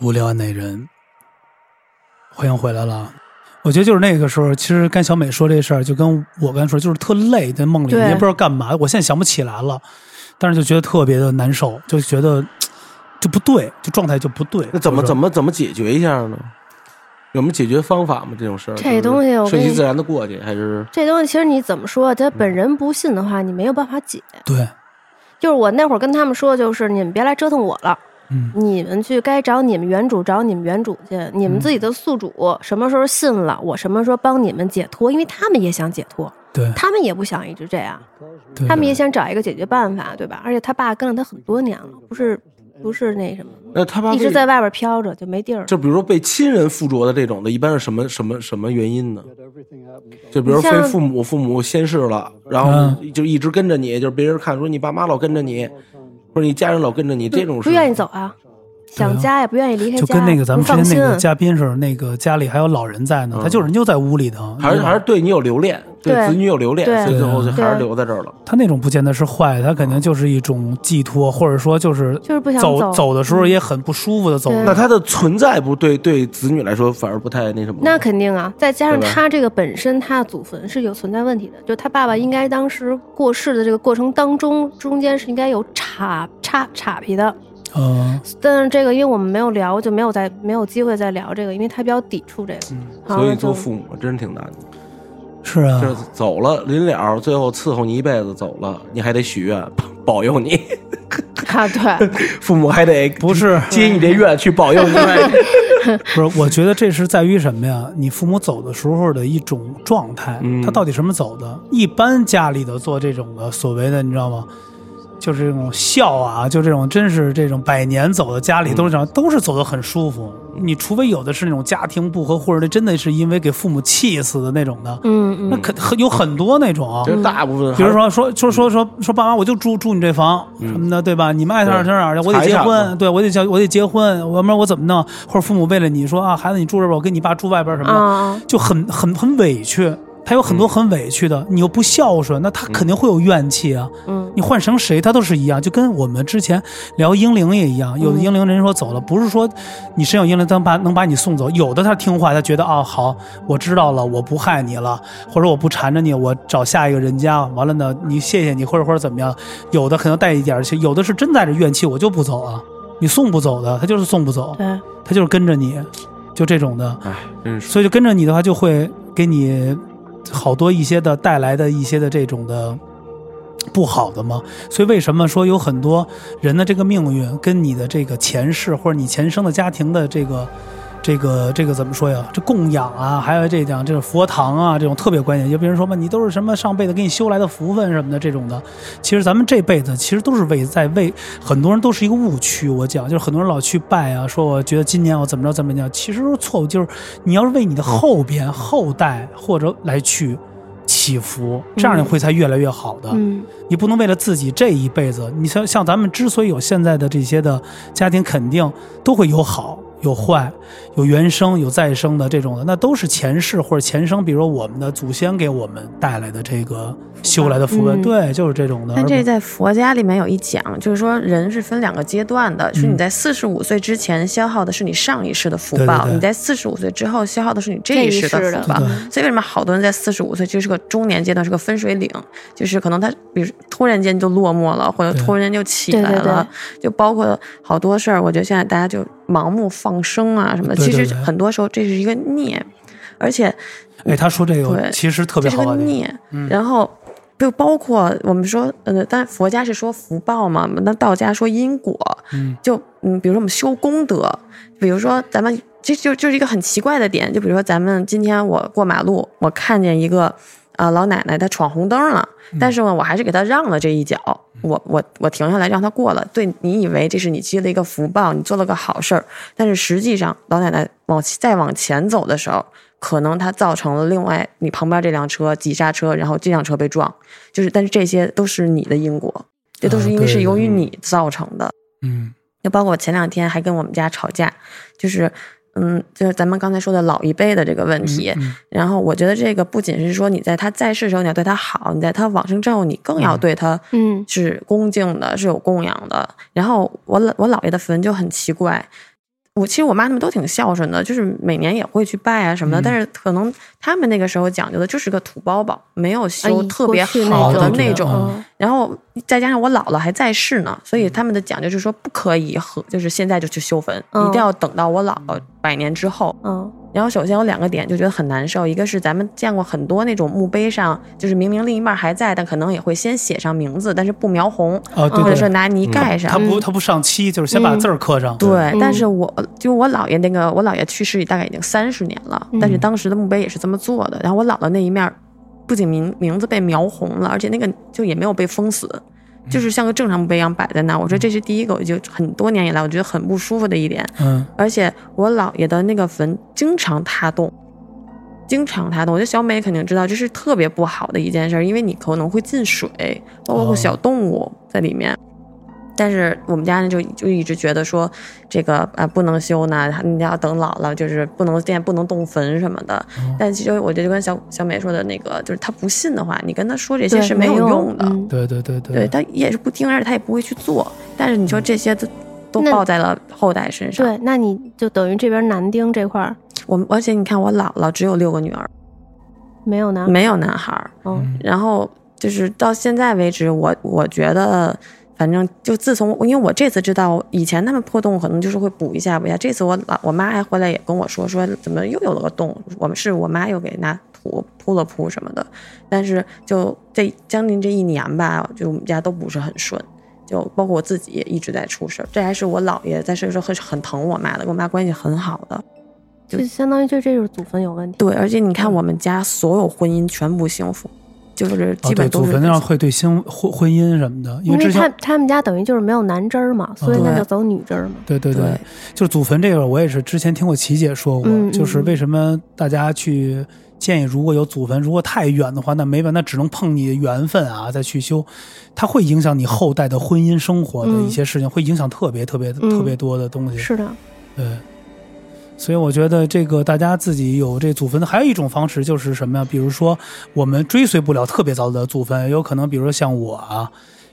无聊案内人，欢迎回来了。我觉得就是那个时候，其实跟小美说这事儿，就跟我刚才说，就是特累，在梦里对你也不知道干嘛。我现在想不起来了，但是就觉得特别的难受，就觉得嘖就不对，就状态就不对。那怎么就是怎么怎么解决一下呢？有什么解决方法吗？这种事儿，这就是东西我顺跟其你自然的过去，还是这东西其实你怎么说，嗯他本人不信的话，你没有办法解。对？就是我那会儿跟他们说，就是你们别来折腾我了，嗯，你们去该找你们原主找你们原主去，你们嗯自己的宿主什么时候信了，我什么时候帮你们解脱，因为他们也想解脱，对，他们也不想一直这样，对他们也想找一个解决办法，对吧？而且他爸跟了他很多年了，不是不是那什么，那他爸一直为在外边飘着就没地儿。就比如说被亲人附着的这种的，一般是什么什么什么原因呢？就比如说你非像父母父母先逝了，然后就一直跟着你，就是别人看说你爸妈老跟着你，或者你家人老跟着你，这种不是愿意走啊，想家也不愿意离开家，就跟那个咱们不之前放心那个嘉宾似的，那个家里还有老人在呢，他就人就在屋里头，嗯还是还是是对你有留恋，对子女有留恋，对所以最后就对还是留在这儿了。他那种不见得是坏，他肯定就是一种寄托，或者说就是就是不想走走的时候也很不舒服的走。对那他的存在不对，对子女来说反而不太那什么。那肯定啊，再加上对吧他这个本身他的祖坟是有存在问题的，就他爸爸应该当时过世的这个过程当中，中间是应该有岔岔岔劈的，嗯，但是这个因为我们没有聊，就没有再没有机会再聊这个，因为他比较抵触这个，好嗯所以那就做父母真是挺难的，是就是啊，走了临了，最后伺候你一辈子走了，你还得许愿 保佑你， 啊，对，父母还得不是 接你这愿去保佑你。不是，我觉得这是在于什么呀？你父母走的时候的一种状态，嗯他到底什么走的？一般家里头做这种的所谓的，你知道吗？就是这种孝啊，就这种真是这种百年走的家里都是这样，都是走的很舒服。你除非有的是那种家庭不和，或者那真的是因为给父母气死的那种的， 嗯那嗯，肯很有很多那种。啊其实大部分还是，嗯比如说说说说说说爸妈，我就住住你这房什么的，对吧？你们爱上哪儿哪儿去，我得财结产嘛婚，对我得结我得结婚，我要不然我怎么弄？或者父母为了你说啊，孩子你住这儿吧，我跟你爸住外边儿什么的，啊，就很很很委屈。他有很嗯多很委屈的，你又不孝顺，那他肯定会有怨气啊。嗯你换成谁，他都是一样，就跟我们之前聊英灵也一样，有的英灵人说走了，不是说你身有英灵能把能把你送走，有的他听话，他觉得啊、好，我知道了，我不害你了，或者我不缠着你，我找下一个人家，完了呢，你谢谢你，或者或者怎么样，有的可能带一点气，有的是真带着怨气，我就不走啊，你送不走的，他就是送不走，啊对，他就是跟着你，就这种的，哎，真是所以就跟着你的话，就会给你好多一些的带来的一些的这种的不好的嘛。所以为什么说有很多人的这个命运跟你的这个前世或者你前生的家庭的这个。这个这个怎么说呀？这供养啊，还有这讲这种佛堂啊，这种特别关键。就比如说嘛，你都是什么上辈子给你修来的福分什么的这种的，其实咱们这辈子其实都是为在为很多人都是一个误区。我讲就是很多人老去拜啊，说我觉得今年我怎么着怎么着，其实都是错误。就是你要是为你的后边后代或者来去祈福，这样你会才越来越好的。嗯你不能为了自己这一辈子，你像像咱们之所以有现在的这些的家庭，肯定都会有好有坏，有原生有再生的这种的，那都是前世或者前生，比如说我们的祖先给我们带来的这个修来的福分，嗯对，就是这种的。但而这不在佛家里面有一讲，就是说人是分两个阶段的，是你在四十五岁之前消耗的是你上一世的福报，嗯对对对你在四十五岁之后消耗的是你这这一世世的的福报对。所以为什么好多人在四十五岁就是个中年阶段，是个分水岭，就是可能他比如突然间就落寞了，或者对突然间就起对来对了，就包括好多事儿，我觉得现在大家就盲目放生啊什么的，对对其实对很多时候这是一个孽，而且哎，他说这个对其实特这别是好个玩的一个，嗯孽。然后就包括我们说，呃，但佛家是说福报嘛，那道家说因果，嗯，就嗯，比如说我们修功德，比如说咱们这就就是一个很奇怪的点，就比如说咱们今天我过马路，我看见一个呃老奶奶她闯红灯了，嗯但是呢，我还是给她让了这一脚，我我我停下来让她过了。对你以为这是你积了一个福报，你做了个好事儿，但是实际上老奶奶往再往前走的时候。可能她造成了另外你旁边这辆车急刹车，然后这辆车被撞，就是但是这些都是你的因果，这都是因为是由于你造成的。嗯，就包括我前两天还跟我们家吵架，就是，嗯，就是咱们刚才说的老一辈的这个问嗯题。然后我觉得这个不仅是说你在他在世的时候你要对他好，你在他往生之后你更要对他嗯是恭敬的，是有供养的。然后我老我姥爷的坟就很奇怪，我其实我妈他们都挺孝顺的，就是每年也会去拜啊什嗯么的，但是可能他们那个时候讲究的就是个土包包，没有修哎特别过去那好的种那种。嗯然后再加上我姥姥还在世呢，所嗯以他们的讲究就是说不可以和就是现在就去修坟，嗯一定要等到我姥姥百年之后。嗯然后首先有两个点就觉得很难受，一个是咱们见过很多那种墓碑上，就是明明另一半还在，但可能也会先写上名字，但是不描红，哦，对或者对是对，拿泥盖上。他不他不上漆，就是先把字儿刻上。嗯对，嗯但是我就我姥爷那个，我姥爷去世大概已经三十年了，嗯但是当时的墓碑也是这么做的。然后我姥姥那一面儿，不仅名名字被描红了，而且那个就也没有被封死，嗯就是像个正常墓碑一样摆在那儿。我说这是第一个，我就很多年以来我觉得很不舒服的一点。嗯，而且我姥爷的那个坟经常塌洞，经常塌洞。我觉得小美肯定知道，这是特别不好的一件事儿，因为你可能会进水，包括哦会小动物在里面。但是我们家人就就一直觉得说，这个啊、不能修呢，你要等老了，就是不能见不能动坟什么的。但其实我觉得就跟小小美说的那个，就是她不信的话，你跟她说这些对是没有用的。嗯对对对啊对，嗯她也是不听，而且她也不会去做。但是你说这些都都那抱在了后代身上。对，那你就等于这边男丁这块儿我们而且你看，我姥姥只有六个女儿，没有呢。没有男孩儿。嗯然后就是到现在为止，我我觉得，反正就自从因为我这次知道，以前他们破洞可能就是会补一下补一下，这次我姥我妈还回来也跟我说说怎么又有了个洞，我们是我妈又给拿土铺了铺什么的，但是就这将近这一年吧，就我们家都不是很顺。就包括我自己也一直在出事儿，这还是我姥爷在世的时候很很疼我妈的，跟我妈关系很好的。就相当于就这就是祖坟有问题。对，而且你看嗯我们家所有婚姻全部幸福，就是哦基对，本祖都是、坟上会对新婚婚姻什么的，因为之他前啊他们家等于就是没有男汁儿嘛，所以那对就走女汁儿嘛。对对对，就是祖坟这个，我也是之前听过琪姐说过，嗯嗯就是为什么大家去建议，如果有祖坟，如果太远的话，那没办法，那只能碰你缘分啊，再去修，它会影响你后代的婚姻生活的嗯一些事情，会影响特别特别、嗯特别多的东西。是的，对，所以我觉得这个大家自己有这祖坟，还有一种方式就是什么呀？比如说我们追随不了特别早的祖坟，有可能比如说像我啊。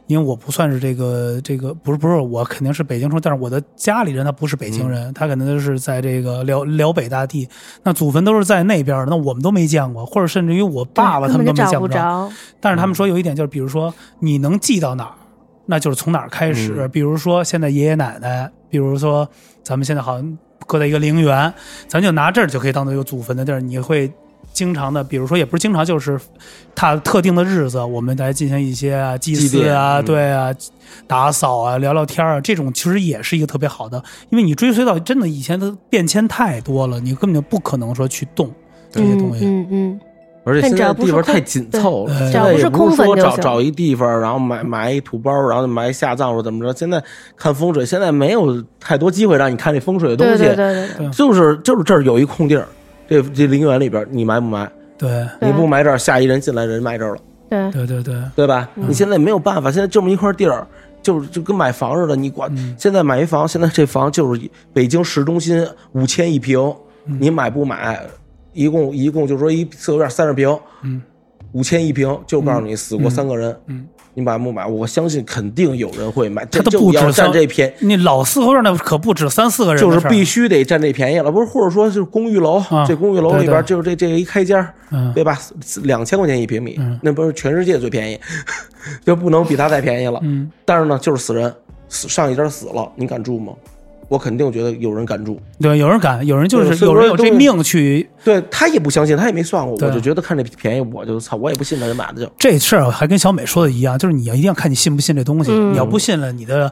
因为我不算是这个这个，不是不是，我肯定是北京出，但是我的家里人他不是北京人，他可能就是在这个辽辽北大地，那祖坟都是在那边儿的，那我们都没见过，或者甚至于我爸爸对他们都根本就没见找过。不着。但是他们说有一点就是，比如说你能记到哪儿，那就是从哪儿开始。嗯比如说现在爷爷奶奶，比如说咱们现在好像搁在一个陵园，咱就拿这儿就可以当做一个祖坟的地儿，你会。经常的，比如说也不是经常，就是他特定的日子，我们来进行一些祭祭祀奠啊，嗯对啊，打扫啊，聊聊天啊，这种其实也是一个特别好的，因为你追随到真的以前的变迁太多了，你根本就不可能说去动这些东西。嗯嗯而且但现只在要不地是方空太紧凑了，对现只要在不也是不空是坟说就找行找一地方，然后埋埋一土包，然后埋下葬或怎么着。现在看风水，现在没有太多机会让你看这风水的嗯，东对西，对对对对。就是就是这儿有一空地儿，这这陵园里边你埋不埋？对你对不埋这儿，下一人进来人埋这儿了，对对对对，对吧？嗯你现在没有办法，现在这么一块地儿。就是就跟买房似的，你管、嗯现在买一房，现在这房就是北京市中心五千一平，嗯你买不买？一共一共就说一四合院三十平，嗯，五千一平，就告诉你死过三个人，嗯嗯你买不买？我相信肯定有人会买，这他都就不要止三占这便宜，你老四合院那可不止三四个人就的是事儿，必须得占这便宜了，不是？或者说就是公寓楼，啊这公寓楼里对对边就是这这一开间儿，嗯对吧？两千块钱一平米，嗯那不是全世界最便宜， 就不能比它再便宜了。嗯但是呢，就是死人，死上一家死了，你敢住吗？我肯定觉得有人敢住，对，有人敢，有人就对是所以有人有说都这是命去对他也不相信，他也没算过，对我就觉得看这便宜，我就操，我也不信他就买了就。这事儿，还跟小美说的一样，就是你要一定要看你信不信这东西，嗯你要不信了，你的。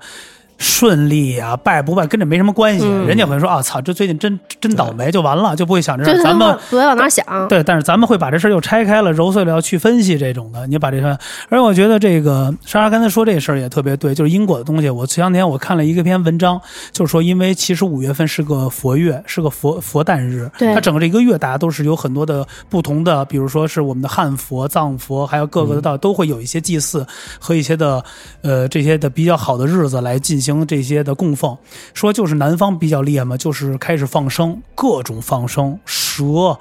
顺利啊，败不败跟这没什么关系，嗯人家会说啊，操，这最近真真倒霉，就完了，就不会想这事就儿。是咱们不要往哪想，对，但是咱们会把这事儿又拆开了、揉碎了要去分析这种的。你把这番，而我觉得这个莎莎刚才说这事儿也特别对，就是因果的东西。我前两天我看了一个篇文章，就是说，因为其实五月份是个佛月，是个佛佛诞日，对它整个这一个月大家都是有很多的不同的，比如说是我们的汉佛、藏佛，还有各个的道、都会有一些祭祀和一些的呃这些的比较好的日子来进行这些的供奉。说就是南方比较厉害嘛，就是开始放生，各种放生，蛇。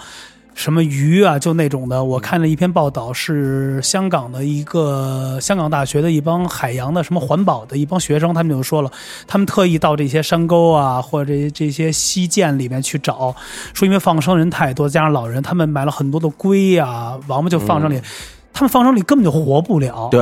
什么鱼啊，就那种的。嗯我看了一篇报道，是香港的一个香港大学的一帮海洋的什么环保的一帮学生，他们就说了，他们特意到这些山沟啊，或者这这些溪涧里面去找，说因为放生人太多，加上老人，他们买了很多的龟呀、王八就放生里，他们放生里根本就活不了。嗯对，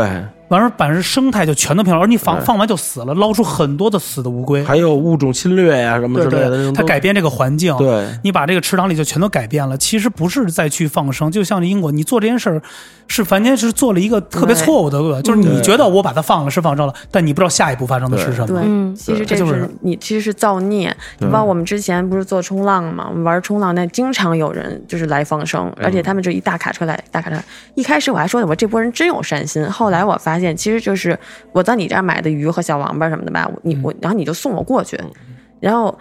完事儿，反正生态就全都平了，而你放对放完就死了，捞出很多的死的乌龟。还有物种侵略呀、什么对之类的，这对，种它都改变这个环境，对你把这个池塘里就全都改变了。其实不是再去放生，就像英国，你做这件事儿是凡间是做了一个特别对错误的恶，就是你嗯对觉得我把它放了是放生了，但你不知道下一步发生的是什么。对，嗯其实这这就是是你其实是造孽。对你包括我们之前不是做冲浪嘛，我们玩冲浪那经常有人就是来放生，而嗯且他们就一大卡车来，大卡车来。一开始我还说我这波人真有善心，后来我发现其实就是我在你这儿买的鱼和小王八什么的吧，我嗯你我然后你就送我过去，然后。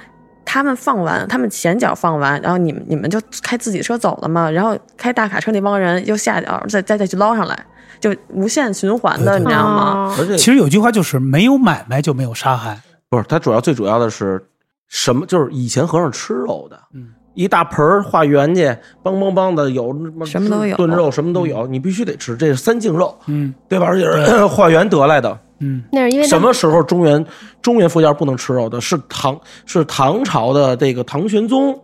他们放完，他们前脚放完，然后你们你们就开自己车走了嘛，然后开大卡车那帮人又下脚，再再再去捞上来，就无限循环对对的，你知道吗？啊而且其实有句话就是没有买卖就没有杀害，不是，它主要最主要的是什么？就是以前和尚吃肉的，嗯，一大盆儿化缘去，梆梆梆的有什么什么都有炖肉什么都有，你必须得吃，这是三净肉，嗯对吧？而且是 化缘得来的。嗯，那是因为他什么时候中原中原佛教不能吃肉的？是唐是唐朝的这个唐玄宗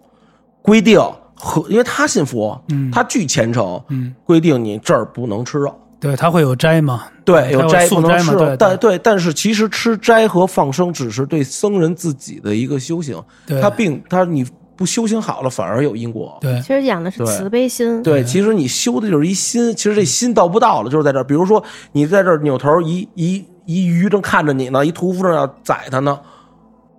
规定和，因为他信佛，嗯他巨虔诚，嗯，规定你这儿不能吃肉。对，它会有斋嘛，对，有斋素不斋能嘛吃对对肉，但对，但是其实吃斋和放生只是对僧人自己的一个修行，对他并他你不修行好了，反而有因果。对其实养的是对慈悲心，对，其实你修的就是一心，其实嗯这心到不到了，就是在这儿。比如说你在这儿扭头一一一鱼正看着你呢，一屠夫正要宰它呢，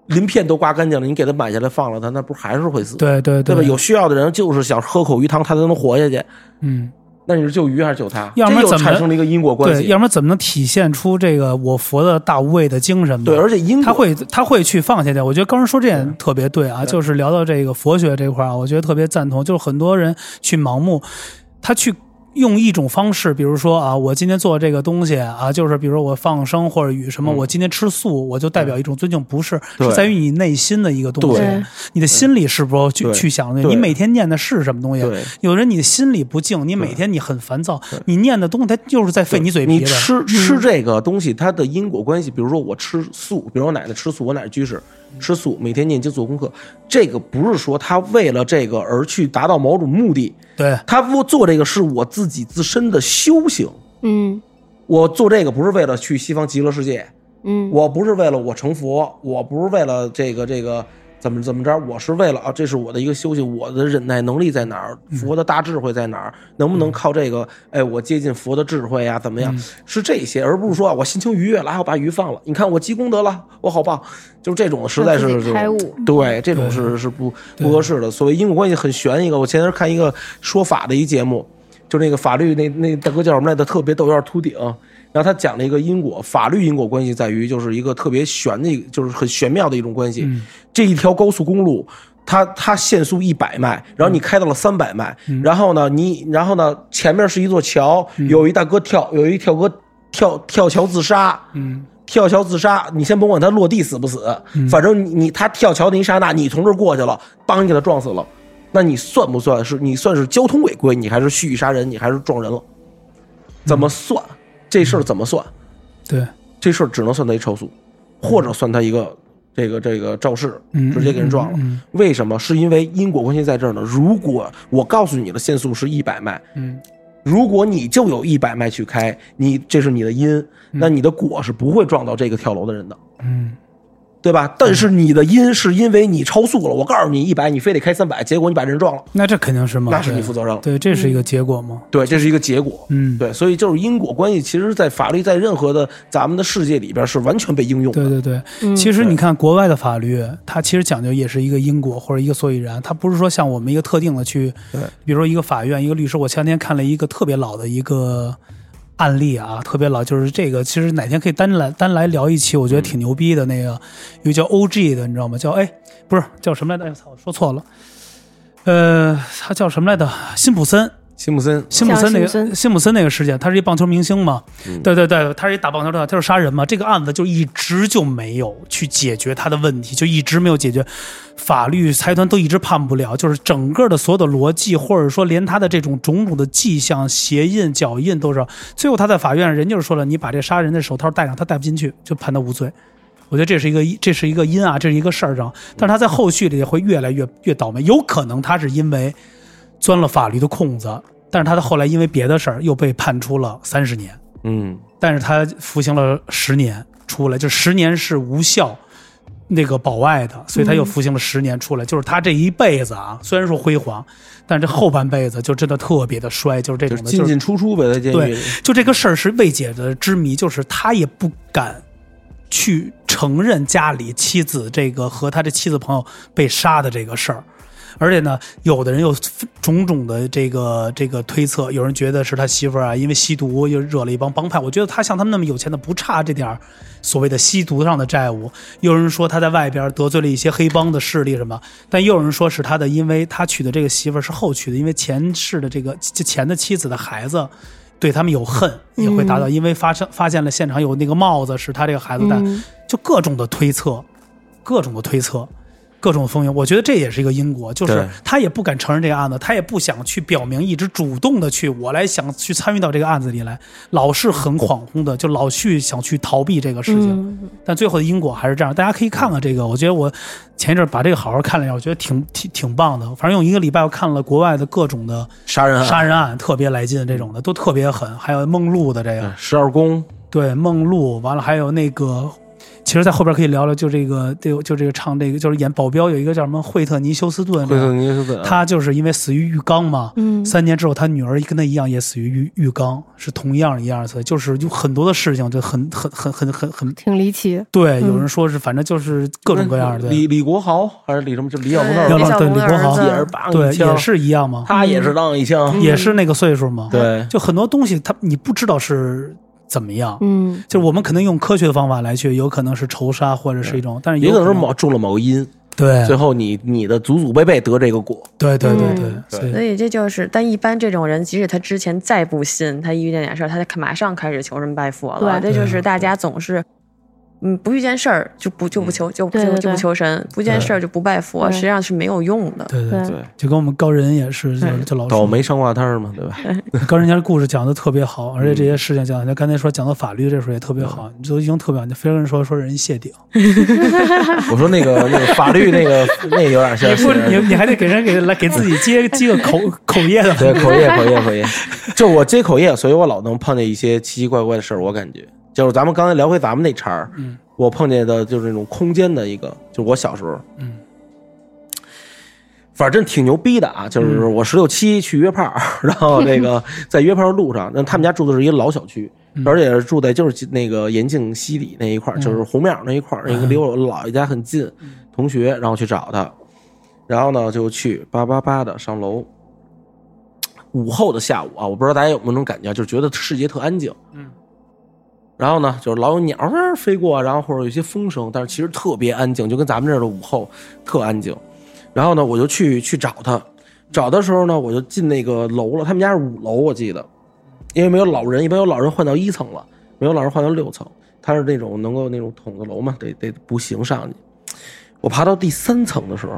鳞片都刮干净了，你给它买下来放了它，那不是还是会死？对对对吧？有需要的人就是想喝口鱼汤，他才能活下去。嗯。那你是救鱼还是救他？要不然这就怎么产生了一个因果关对，系要？不然怎么能体现出这个我佛的大无畏的精神嘛？对，而且因果他会他会去放下掉。我觉得高人说这点特别对啊，嗯对就是聊到这个佛学这块儿啊，我觉得特别赞同。就是很多人去盲目，他去用一种方式，比如说啊，我今天做这个东西啊，就是比如说我放生或者与什么，嗯我今天吃素，我就代表一种尊敬，不是，对是在于你内心的一个东西对，你的心里是否去对去想的，对你每天念的是什么东西？啊对。有的人你的心里不静，你每天你很烦躁对，你念的东西它就是在费你嘴皮你子。吃吃这个东西，它的因果关系，比如说我吃素，比如我奶奶吃素，我奶奶居士吃素，每天念经做功课，这个不是说他为了这个而去达到某种目的，对，他不做这个是我自己自身的修行。嗯我做这个不是为了去西方极乐世界，嗯，我不是为了我成佛，我不是为了这个这个怎么怎么着，我是为了啊，这是我的一个修行，我的忍耐能力在哪儿，佛的大智慧在哪儿，能不能靠这个，哎，我接近佛的智慧呀、怎么样？是这些，而不是说啊我心情愉悦了，哎我把鱼放了，你看我积功德了，我好棒，就是这种实在是让自己开悟这种对，这种是是不不合适的。所谓因果关系很悬一个，我前天看一个说法的一节目，就那个法律那那大哥叫什么来着，特别逗，有点秃顶。然后他讲了一个因果，法律因果关系在于就是一个特别玄的一个，就是很玄妙的一种关系。这一条高速公路，它它限速一百迈，然后你开到了三百迈，然后呢你然后呢前面是一座桥，有一大哥跳，有一跳哥跳跳桥自杀，嗯，跳桥自杀，你先甭管他落地死不死，反正你你他跳桥那一刹那，你从这儿过去了，梆你给他撞死了，那你算不算是你算是交通违规，你还是蓄意杀人，你还是撞人了？怎么算？这事儿怎么算？对，这事儿只能算他一超速，或者算他一个这个这个肇事嗯，直接给人撞了。嗯为什么？是因为因果关系在这儿呢。如果我告诉你的限速是一百迈，嗯如果你就有一百迈去开，你这是你的因，那你的果是不会撞到这个跳楼的人的。嗯，对吧？但是你的因是因为你超速了，我告诉你一百，你非得开三百，结果你把人撞了，那这肯定是嘛，那是你对负责任了。嗯对，这是一个结果嘛。对，这是一个结果。嗯，对，所以就是因果关系，其实，在法律在任何的咱们的世界里边是完全被应用的。对对对，其实你看国外的法律，它其实讲究也是一个因果或者一个所以然，它不是说像我们一个特定的去，比如说一个法院、一个律师。我前两天看了一个特别老的一个案例啊，特别老，就是这个，其实哪天可以单来单来聊一期，我觉得挺牛逼的。那个有一个叫 O.G. 的，你知道吗？叫哎，不是叫什么来着？哎，操，我说错了。呃，他叫什么来着？辛普森，辛普森辛普森那像辛普个森辛普森那个事件，他是一棒球明星嘛？嗯对对对，他是一打棒球的，他就是杀人嘛。这个案子就一直就没有去解决他的问题，就一直没有解决，法律财团都一直判不了，就是整个的所有的逻辑，或者说连他的这种种种的迹象、鞋印、脚印都是。最后他在法院上，人就是说了，你把这杀人的手套戴上，他戴不进去，就判他无罪。我觉得这是一个这是一个因啊，这是一个事儿上，但是他在后续里会越来越越倒霉，有可能他是因为钻了法律的空子，但是他的后来因为别的事儿又被判处了三十年，嗯，但是他服刑了十年出来，就十年是无效那个保外的，所以他又服刑了十年出来，就是他这一辈子啊，虽然说辉煌，但这后半辈子就真的特别的衰，就是这种就是的，进就是进出出呗，在监狱对里。，就这个事儿是未解的之谜，就是他也不敢去承认家里妻子这个和他的妻子朋友被杀的这个事儿。而且呢，有的人有种种的这个这个推测，有人觉得是他媳妇儿啊，因为吸毒又惹了一帮帮派。我觉得他像他们那么有钱的，不差这点儿所谓的吸毒上的债务。又有人说他在外边得罪了一些黑帮的势力什么，但又有人说是他的，因为他娶的这个媳妇儿是后娶的，因为前世的这个这前的妻子的孩子对他们有恨，也会达到，因为发生发现了现场有那个帽子是他这个孩子戴，嗯就各种的推测，各种的推测。各种风云，我觉得这也是一个因果，就是对他也不敢承认这个案子，他也不想去表明，一直主动的去我来想去参与到这个案子里来，老是很恍惚的，就老去想去逃避这个事情，嗯，但最后的因果还是这样。大家可以看看这个，我觉得我前一阵儿把这个好好看了一下，我觉得挺挺挺棒的。反正有一个礼拜，我看了国外的各种的杀人案、杀人案，特别来劲这种的都特别狠，还有梦露的这个，对嗯十二宫，对梦露，完了还有那个。其实，在后边可以聊聊，就这个，就就这个唱这个，就是演保镖有一个叫什么惠特尼休斯顿，惠特尼啊休斯顿，啊他就是因为死于浴缸嘛，嗯三年之后他女儿跟他一样也死于浴浴缸，是同样一样的，就是有很多的事情就很很很很很很挺离奇的。对，有嗯人说是，反正就是各种各样的。嗯李李国豪还是李什么？就李小对龙要那不李然对李儿，小龙嗯的国儿豪子也是棒对一，枪也，是嗯一样嘛，他也是当一枪，也是那个岁数嘛。嗯对，就很多东西他你不知道是怎么样，嗯，就是我们可能用科学的方法来去，有可能是仇杀或者是一种，但是也有可能是能某中了某个因，对最后你你的祖祖辈辈得这个果，对对对对嗯，对所以所以这就是，但一般这种人，即使他之前再不信，他一遇见点事儿，他就马上开始求神拜佛了。对这就是大家总是，嗯，不遇见事儿就不就不求就不对就对就不对求神，不遇见事儿就不拜佛，对实际上是没有用的。对对，对，对，就跟我们高人也是，就对就老倒说霉上嗯挂摊儿嘛，对吧？高人家的故事讲的特别好，而且这些事情讲的，刚才说讲到法律这时候也特别好，你都已经特别好，你非跟说说人谢顶，我说那个那个法律那个那有点像你不是你你还得给人给来给自 己接接个口口业的，对，口业，口业，口业。就我接口业，所以我老能碰见一些奇奇怪怪的事儿。我感觉，就是咱们刚才聊回咱们那茬儿，嗯，我碰见的就是那种空间的一个，就是我小时候，嗯，反正挺牛逼的啊。就是嗯我十六七去约炮儿，然后那 个在约炮路上，那他们家住的是一个老小区，嗯而且是住在就是那个延庆西里那一块儿，就是红庙那一块儿，嗯那个离我姥爷家很近，同学，然后去找他，然后呢就去叭叭叭的上楼。午后的下午啊，我不知道大家有没有那种感觉，就觉得世界特安静。嗯。然后呢，就是老有鸟儿飞过，然后或者有一些风声，但是其实特别安静，就跟咱们这儿的午后特安静。然后呢，我就去去找他，找的时候呢，我就进那个楼了，他们家是五楼，我记得，因为没有老人，一般有老人换到一层了，没有老人换到六层，他是那种能够那种筒子楼嘛，得得步行上去。我爬到第三层的时候，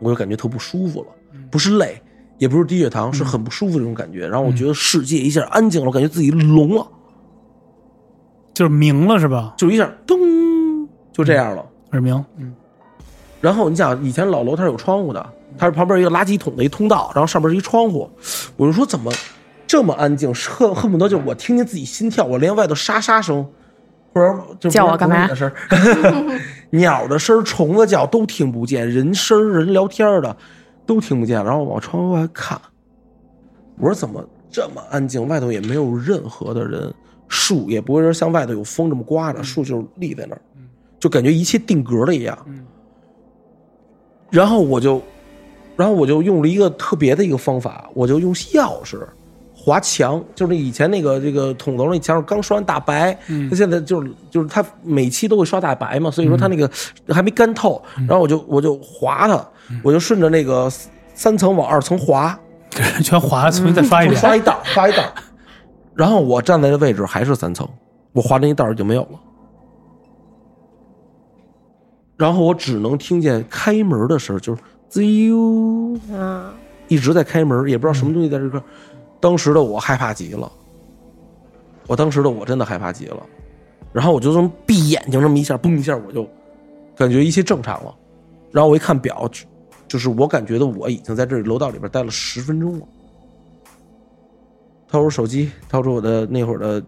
我就感觉特不舒服了，不是累，也不是低血糖，是很不舒服这种感觉。然后我觉得世界一下安静了，我感觉自己聋了，就是明了是吧？就一下咚，就这样了。耳 鸣，嗯然后你想，以前老楼它是有窗户的，它是旁边一个垃圾桶的一通道，然后上面是一窗户。我就说怎么这么安静，恨恨不得就是我听见自己心跳，我连外头沙沙声，或者就叫我干嘛不是不是你的声儿鸟的声儿、虫子叫都听不见，人声儿、人聊天儿的都听不见。然后往窗户外看，我说怎么这么安静，外头也没有任何的人，树也不会说像外头有风这么刮着，树就是立在那儿，就感觉一切定格了一样。嗯然后我就，然后我就用了一个特别的一个方法，我就用钥匙划墙，就是以前那个这个筒楼那墙是刚刷完大白，嗯它现在就是就是它每期都会刷大白嘛，所以说它那个还没干透，然后我就我就划它，我就顺着那个三层往二层划，给人全划了，重嗯新再刷一 遍。刷一道，刷一道。然后我站在的位置还是三层，我划那一道就没有了。然后我只能听见开门的声儿，就是滋悠，嗯，一直在开门，也不知道什么东西在这块儿。当时的我害怕极了，我当时的我真的害怕极了。然后我就这么闭眼睛这么一下，嘣一下我就感觉一切正常了。然后我一看表，就就是我感觉到我已经在这楼道里边待了十分钟了。掏出手机，掏出我的那会儿的，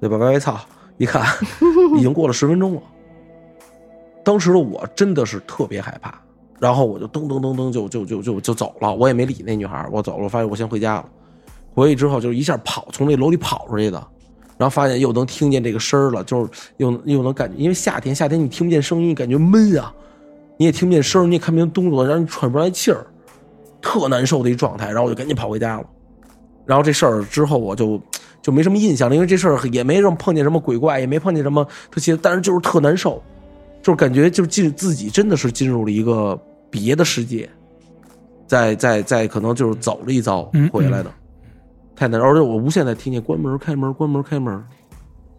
对吧？歪歪操，一看 已经过了十分钟了。当时的我真的是特别害怕，然后我就噔噔噔噔就就就就就走了，我也没理那女孩儿，我走了，我发现我先回家了。回去之后就一下跑，从这楼里跑出去的，然后发现又能听见这个声儿了，就是又又能感觉，因为夏天夏天你听不见声音，感觉闷啊，你也听不见声儿，你也看不见动作，然后你喘不上来气儿，特难受的一状态。然后我就赶紧跑回家了。然后这事儿之后我就就没什么印象了，因为这事儿也没什么碰见什么鬼怪，也没碰见什么特些，但是就是特难受，就是感觉就是进自己真的是进入了一个别的世界，在在在可能就是走了一遭嗯回来的，太难，而且我无限在听见关门开门关门开门，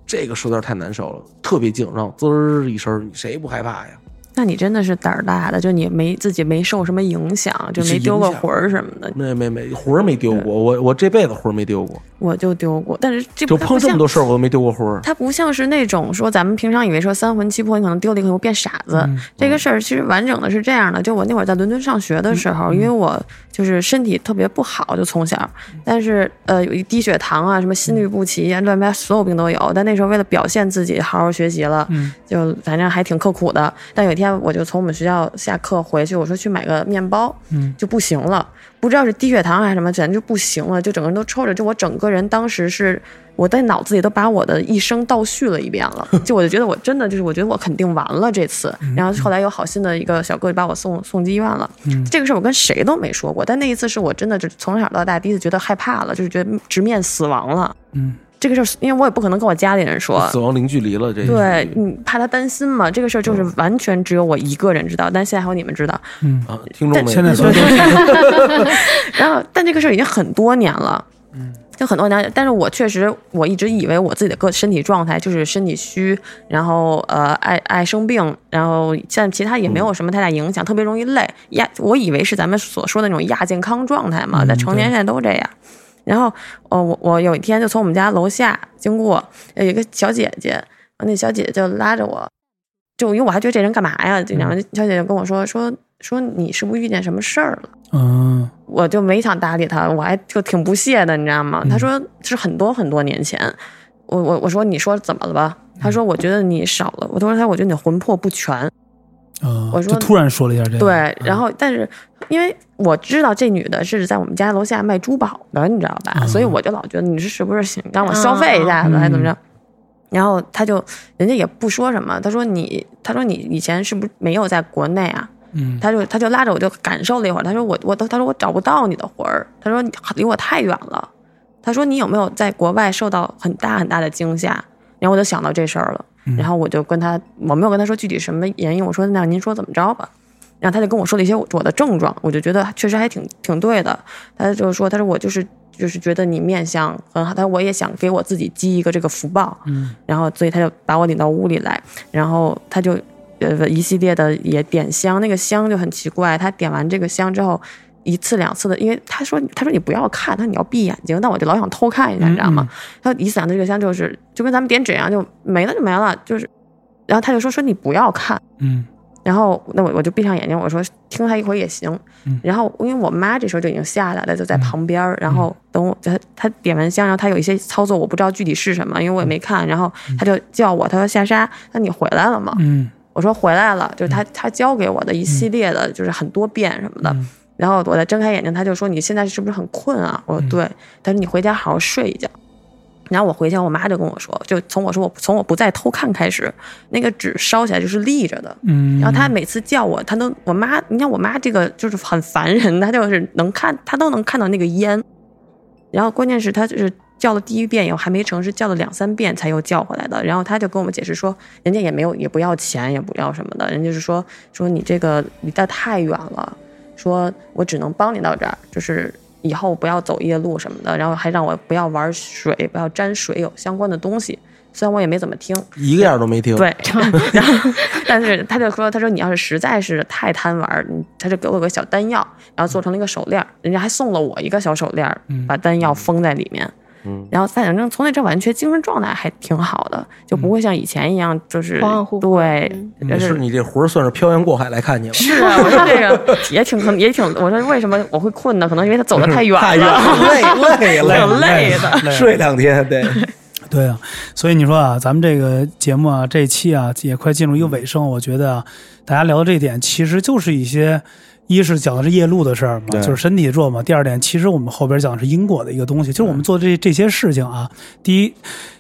这个实在是太难受了，特别静，然后滋儿一声，你谁不害怕呀？那你真的是胆儿大的，就你没自己没受什么影响，就没丢过魂儿什么的。没没没魂儿没丢过，我我这辈子魂儿没丢过，我就丢过，但是这就它碰不这么像多事儿我都没丢过魂儿。它不像是那种说咱们平常以为说三魂七魄，你可能丢了以后变傻子。这个事儿其实完整的是这样的：就我那会儿在伦敦上学的时候，因为我就是身体特别不好，就从小，但是呃有一低血糖啊，什么心律不齐啊，乱七八糟所有病都有。但那时候为了表现自己，好好学习了，嗯就反正还挺刻苦的。但有一天我就从我们学校下课回去，我说去买个面包，嗯就不行了，不知道是低血糖还是什么，反正就不行了，就整个人都抽着。就我整个人当时是我在脑子里都把我的一生倒叙了一遍 了，就我就觉得我真的就是我觉得我肯定完了这次。然后后来有好心的一个小哥就把我送送医院了。嗯这个事儿我跟谁都没说过，但那一次是我真的就是从小到大第一次觉得害怕了，就是觉得直面死亡了。嗯，这个事儿因为我也不可能跟我家里人说，死亡零距离了，这对你怕他担心嘛，这个事儿就是完全只有我一个人知道，但现在还有你们知道。嗯，啊，听众们现在所有东 西然后，但这个事儿已经很多年了，嗯，就很多年。但是我确实，我一直以为我自己的个身体状态就是身体虚，然后呃爱爱生病，然后像其他也没有什么太大影响，特别容易累亚。我以为是咱们所说的那种亚健康状态嘛，嗯在成年对现在都这样。然后，呃，我我有一天就从我们家楼下经过，有一个小姐姐，那小姐姐就拉着我，就因为我还觉得这人干嘛呀？这然嗯后小姐姐跟我说说说你是不是遇见什么事儿了？嗯我就没想搭理他，我还就挺不屑的，你知道吗？嗯他说是很多很多年前，我我我说你说怎么了吧？他说我觉得你少了，我都说他我觉得你魂魄不全。嗯，我说就突然说了一下这个，对，然嗯后但是因为我知道这女的是在我们家楼下卖珠宝的，你知道吧？嗯所以我就老觉得你是是不是想让我消费一下子，嗯还怎么着？然后他就人家也不说什么，他说你他说你以前是不是没有在国内啊？嗯他就他就拉着我就感受了一会儿，他说我我都他说我找不到你的魂儿，他说你离我太远了，他说你有没有在国外受到很大很大的惊吓？然后我就想到这事儿了，然后我就跟他我没有跟他说具体什么原因，我说那您说怎么着吧。然后他就跟我说了一些我我的症状，我就觉得确实还挺挺对的。他就说，他说我就是就是觉得你面相很好，他说我也想给我自己积一个这个福报，嗯然后所以他就把我领到屋里来，然后他就呃一系列的也点香，那个香就很奇怪，他点完这个香之后。一次两次的，因为他说他说你不要看，他说你要闭眼睛，但我就老想偷看一下，你知道吗？他一次两次这个香就是就跟咱们点纸一样，就没了就没了，就是，然后他就说说你不要看，嗯然后那我我就闭上眼睛，我说听他一会儿也行。嗯然后因为我妈这时候就已经下来了，就在旁边儿。然嗯后等我她她点完香，然后她有一些操作我不知道具体是什么，因为我也没看。然后她就叫我，她说夏莎，那你回来了吗？嗯我说回来了，就是她她教给我的一系列的，就是很多遍什么的。嗯然后我再睁开眼睛，她就说你现在是不是很困啊？我说对，她说你回家好好睡一觉。然后我回家，我妈就跟我说，就从我说我从我不再偷看开始，那个纸烧起来就是立着的，嗯，然后他每次叫我，他都我妈，你看我妈这个就是很烦人，她就是能看，她都能看到那个烟。然后关键是她就是叫了第一遍以后还没成，是叫了两三遍才又叫回来的。然后他就跟我们解释说，人家也没有也不要钱，也不要什么的，人家就是说说你这个离得太远了，说我只能帮你到这儿，就是以后不要走夜路什么的，然后还让我不要玩水，不要沾水有相关的东西。虽然我也没怎么听，一个样儿都没听。，对， 然后但是他就说，他说你要是实在是太贪玩儿，你他就给我个小丹药，然后做成了一个手链儿，人家还送了我一个小手链儿，把丹药封在里面。嗯然后反正从那之后，完全精神状态还挺好的，就嗯不会像以前一样就是恍恍惚惚对，没就事，你这魂儿算是漂洋过海来看你了。是啊，我说这个也挺可能也挺，我说为什么我会困呢？可能因为他走的太远了，太远 了， 累累挺累的。累睡两天，对，对啊，所以你说啊，咱们这个节目啊，这一期啊也快进入嗯一个尾声，我觉得啊，大家聊的这一点其实就是一些，一是讲的是夜路的事儿嘛，对就是身体弱嘛；第二点，其实我们后边讲的是因果的一个东西，就是我们做这这些事情啊，第一，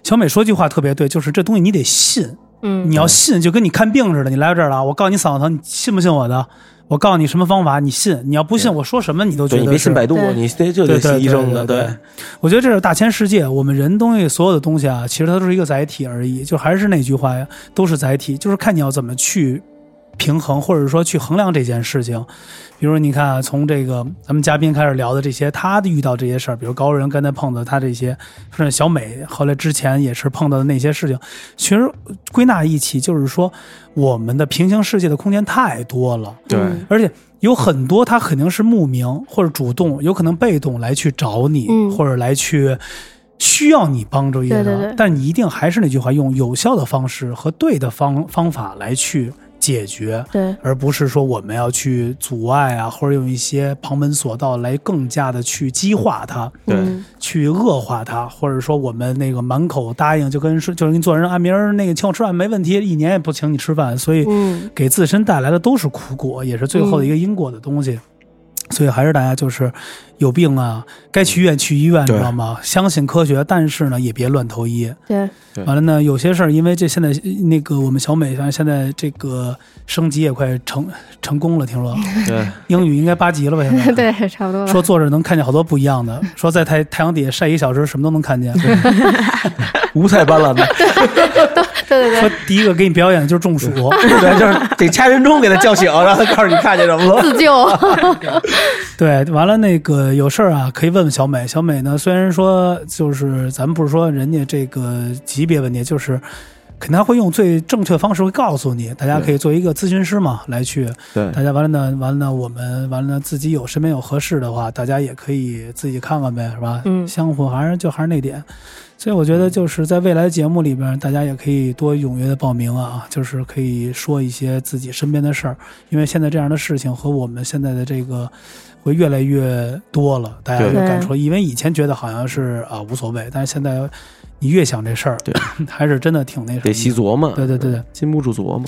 小美说句话特别对，就是这东西你得信，嗯你要信，就跟你看病似的，你来到这儿了，我告诉你嗓子疼，你信不信我的？我告诉你什么方法，你信？你要不信，我说什么你都觉对得你别信是百度，对你这就对得对信医生的，对对对我觉得这是大千世界，我们人东西所有的东西啊，其实它都是一个载体而已。就还是那句话呀，都是载体，就是看你要怎么去平衡，或者说去衡量这件事情。比如你看啊，从这个咱们嘉宾开始聊的这些，他遇到这些事儿，比如高人刚才碰到他这些，甚至小美后来之前也是碰到的那些事情，其实归纳一起就是说，我们的平行世界的空间太多了。对嗯而且有很多他肯定是慕名或者主动，有可能被动来去找你，嗯或者来去需要你帮助一些对对的对。但你一定还是那句话，用有效的方式和对的方方法来去解决。对，而不是说我们要去阻碍啊，或者用一些旁门左道来更加的去激化它，对嗯去恶化它，或者说我们那个满口答应，就跟说就是跟做人啊，明儿那个请我吃饭没问题，一年也不请你吃饭，所 以嗯，给自身带来的都是苦果，也是最后的一个因果的东西。所以还是大家就是有病啊，该去医院去医院，你对知道吗？相信科学，但是呢也别乱投医。对，对完了呢，有些事儿因为这现在呃那个我们小美像现在这个升级也快成成功了，听 说对英语应该八级了吧？现 在对，差不多吧。说坐着能看见好多不一样的，说在太太阳底下晒一小时什么都能看见。五彩斑斓的， 对对说对，第一个给你表演的就是中暑， 对，就是得掐人中给他叫醒，然后他告诉你看见什么了。自救。 对，完了那个有事儿啊，可以问问小美。小美呢，虽然说就是咱们不是说人家这个级别问题，就是肯定他会用最正确的方式会告诉你，大家可以做一个咨询师嘛来去。对大家完了呢，完了呢，我们完了呢，自己有身边有合适的话，大家也可以自己看看呗，是吧？嗯相互还是就还是那嗯点。所以我觉得就是在未来的节目里边，大家也可以多踊跃的报名啊，就是可以说一些自己身边的事儿，因为现在这样的事情和我们现在的这个会越来越多了，大家对就敢说，因为以前觉得好像是啊无所谓，但是现在你越想这事儿，对， 还是真的挺那什么的得细琢磨，对对对对。禁不住琢磨。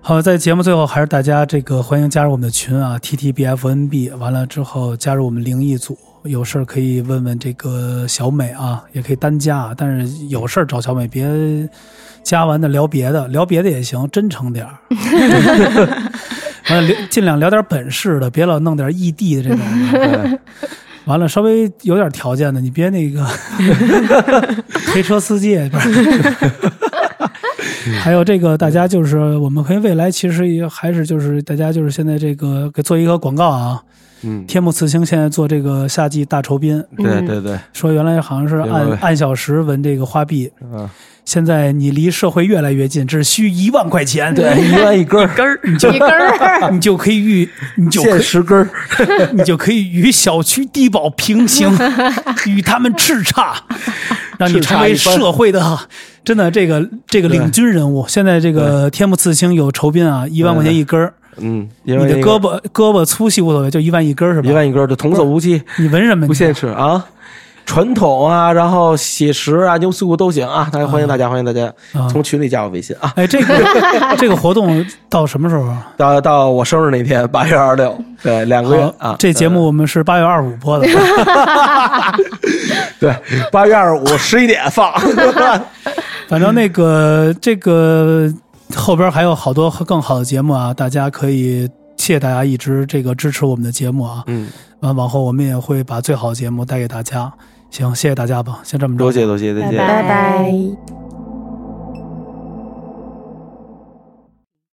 好，在节目最后，还是大家这个欢迎加入我们的群啊，T T B F N B。完了之后，加入我们灵异组，有事儿可以问问这个小美啊，也可以单加，啊，但是有事儿找小美，别加完的聊别的，聊别的也行，真诚点儿。完了，聊尽量聊点本事的，别老弄点异地的这种的。对完了，稍微有点条件的，你别那个 黑车司机，不是。嗯还有这个，大家就是我们可以未来其实也还是就是大家就是现在这个给做一个广告啊，嗯，天幕刺青现在做这个夏季大酬宾，对对对，说原来好像是对按对按小时纹这个花币，嗯，现在你离社会越来越近，只需一万块钱，对，一万一根儿，根儿一根 儿，你就可以与你就可以限十根儿，你就可以与小区低保平 行，与他们叱咤，让你成为社会的真的这个这个领军人物。现在这个天幕刺青有酬宾啊，一万块钱一根儿，嗯，你你的胳膊胳膊粗细无所谓，就一万一根儿是一吧？万一根儿，就童叟无欺，你纹什么？不你限制啊。传统啊，然后写实啊，牛屁股都行啊！大家欢迎大家，欢迎大家啊从群里加我微信啊！哎，这 个这个活动到什么时候啊？到到我生日那天，八月二十六，对，两个月啊好，。这节目我们是八月二十五播的，对，八月二十五十一点 放。反正那个这个后边还有好多更好的节目啊，大家可以。谢谢大家一直这个支持我们的节目啊，嗯，完往后我们也会把最好的节目带给大家。行，谢谢大家吧，先这么着多。谢多谢，再见。拜拜拜。